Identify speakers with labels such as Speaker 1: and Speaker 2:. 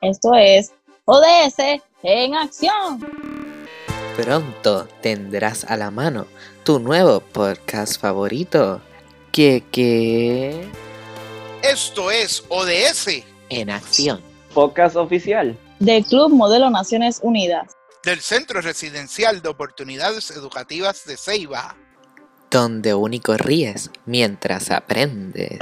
Speaker 1: Esto es ODS en acción.
Speaker 2: Pronto tendrás a la mano tu nuevo podcast favorito. ¿Qué qué?
Speaker 3: Esto es ODS
Speaker 2: En acción.
Speaker 4: Podcast oficial.
Speaker 1: Del Club Modelo Naciones Unidas.
Speaker 3: del Centro Residencial de Oportunidades Educativas de Ceiba.
Speaker 2: Donde único ríes mientras aprendes.